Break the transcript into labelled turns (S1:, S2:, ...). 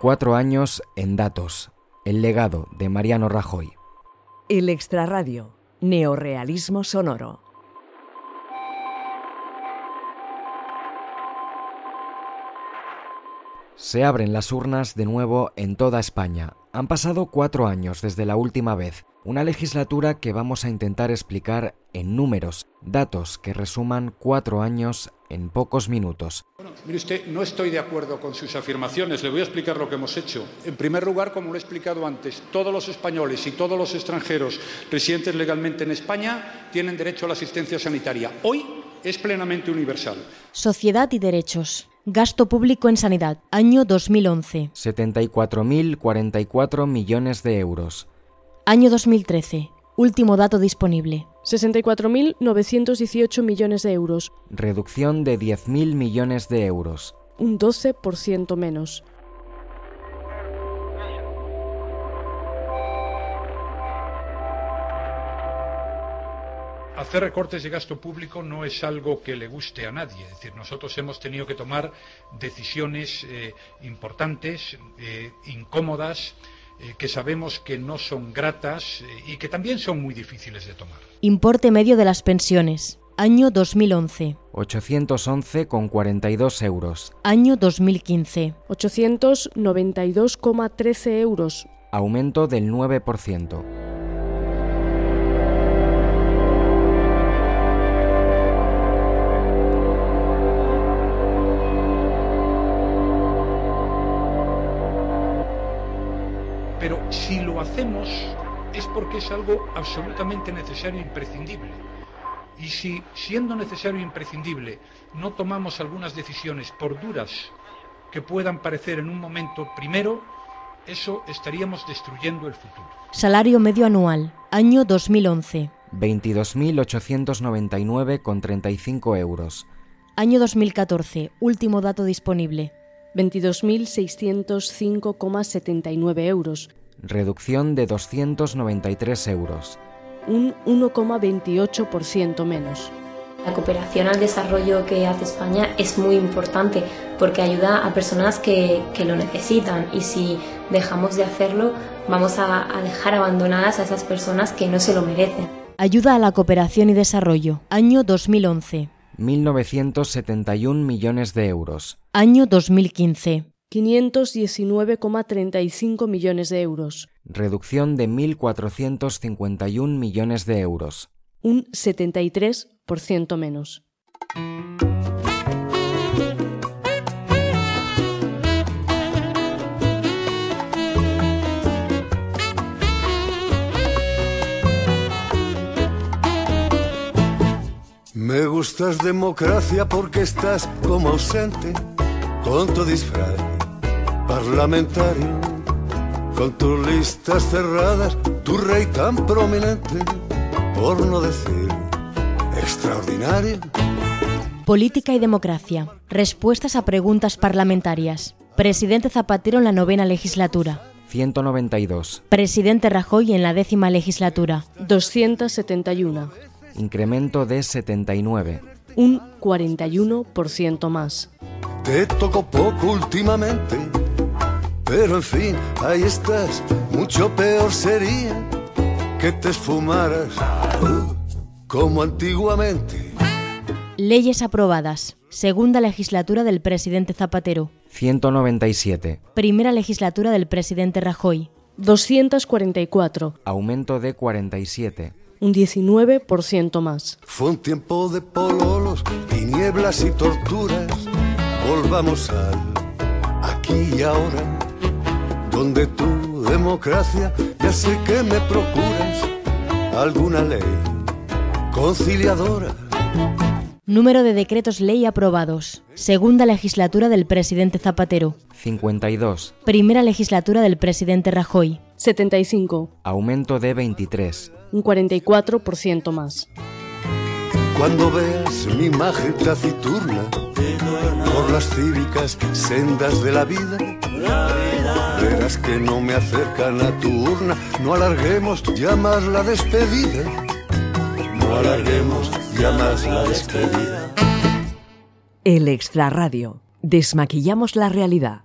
S1: Cuatro años en datos. El legado de Mariano Rajoy.
S2: El extrarradio. Neorealismo sonoro.
S1: Se abren las urnas de nuevo en toda España. Han pasado cuatro años desde la última vez, una legislatura que vamos a intentar explicar en números, datos que resuman cuatro años en pocos minutos.
S3: Bueno, mire usted, no estoy de acuerdo con sus afirmaciones. Le voy a explicar lo que hemos hecho. En primer lugar, como lo he explicado antes, todos los españoles y todos los extranjeros residentes legalmente en España tienen derecho a la asistencia sanitaria. Hoy es plenamente universal.
S4: Sociedad y derechos. Gasto público en sanidad, año 2011.
S1: 74.044 millones de euros.
S4: Año 2013, último dato disponible.
S5: 64.918 millones de euros,
S1: Reducción de 10.000 millones de euros.
S5: un 12% menos.
S3: Hacer recortes de gasto público no es algo que le guste a nadie. Es decir, nosotros hemos tenido que tomar decisiones eh, importantes, eh, incómodas, eh, que sabemos que no son gratas eh, y que también son muy difíciles de tomar.
S4: Importe medio de las pensiones, año 2011.
S1: 811,42 euros.
S4: Año 2015,
S5: 892,13 euros,
S1: Aumento del 9%.
S3: Pero si lo hacemos es porque es algo absolutamente necesario e imprescindible. Y si, siendo necesario e imprescindible, no tomamos algunas decisiones por duras que puedan parecer en un momento primero, eso estaríamos destruyendo el futuro.
S4: salario medio anual, año 2011.
S1: 22.899,35 euros.
S4: Año 2014, último dato disponible.
S5: 22.605,79 euros,
S1: Reducción de 293 euros.
S5: un 1,28% menos.
S6: La cooperación al desarrollo que hace España es muy importante porque ayuda a personas que, que lo necesitan y si dejamos de hacerlo vamos a- a dejar abandonadas a esas personas que no se lo merecen.
S4: Ayuda a la cooperación y desarrollo, año 2011.
S1: 1.971 millones de euros.
S4: Año 2015,
S5: 519,35 millones de euros,
S1: Reducción de 1.451 millones de euros.
S5: un 73% menos.
S7: Me gustas democracia porque estás como ausente con tu disfraz parlamentario, con tus listas cerradas, tu rey tan prominente, por no decir extraordinario.
S4: Política y democracia. Respuestas a preguntas parlamentarias. Presidente Zapatero en la novena legislatura.
S1: 192.
S4: Presidente Rajoy en la décima legislatura.
S5: 271,
S1: Incremento de 79.
S5: un 41% más.
S7: Te tocó poco últimamente, pero en fin, ahí estás. Mucho peor sería que te esfumaras uh, como antiguamente.
S4: Leyes aprobadas. Segunda legislatura del presidente Zapatero.
S1: 197.
S4: Primera legislatura del presidente Rajoy.
S5: 244,
S1: Aumento de 47.
S5: un 19% más.
S7: Fue un tiempo de pololos y nieblas y torturas. Volvamos al aquí y ahora, donde tu democracia ya sé que me procuras alguna ley conciliadora.
S4: Número de decretos ley aprobados. Segunda legislatura del presidente Zapatero.
S1: 52.
S4: Primera legislatura del presidente Rajoy.
S5: 75,
S1: Aumento de 23.
S5: un 44% más.
S7: Cuando veas mi imagen taciturna por las cívicas sendas de la vida, verás que no me acercan a tu urna. No alarguemos ya más la despedida. No alarguemos ya más la despedida.
S2: El extrarradio. Desmaquillamos la realidad.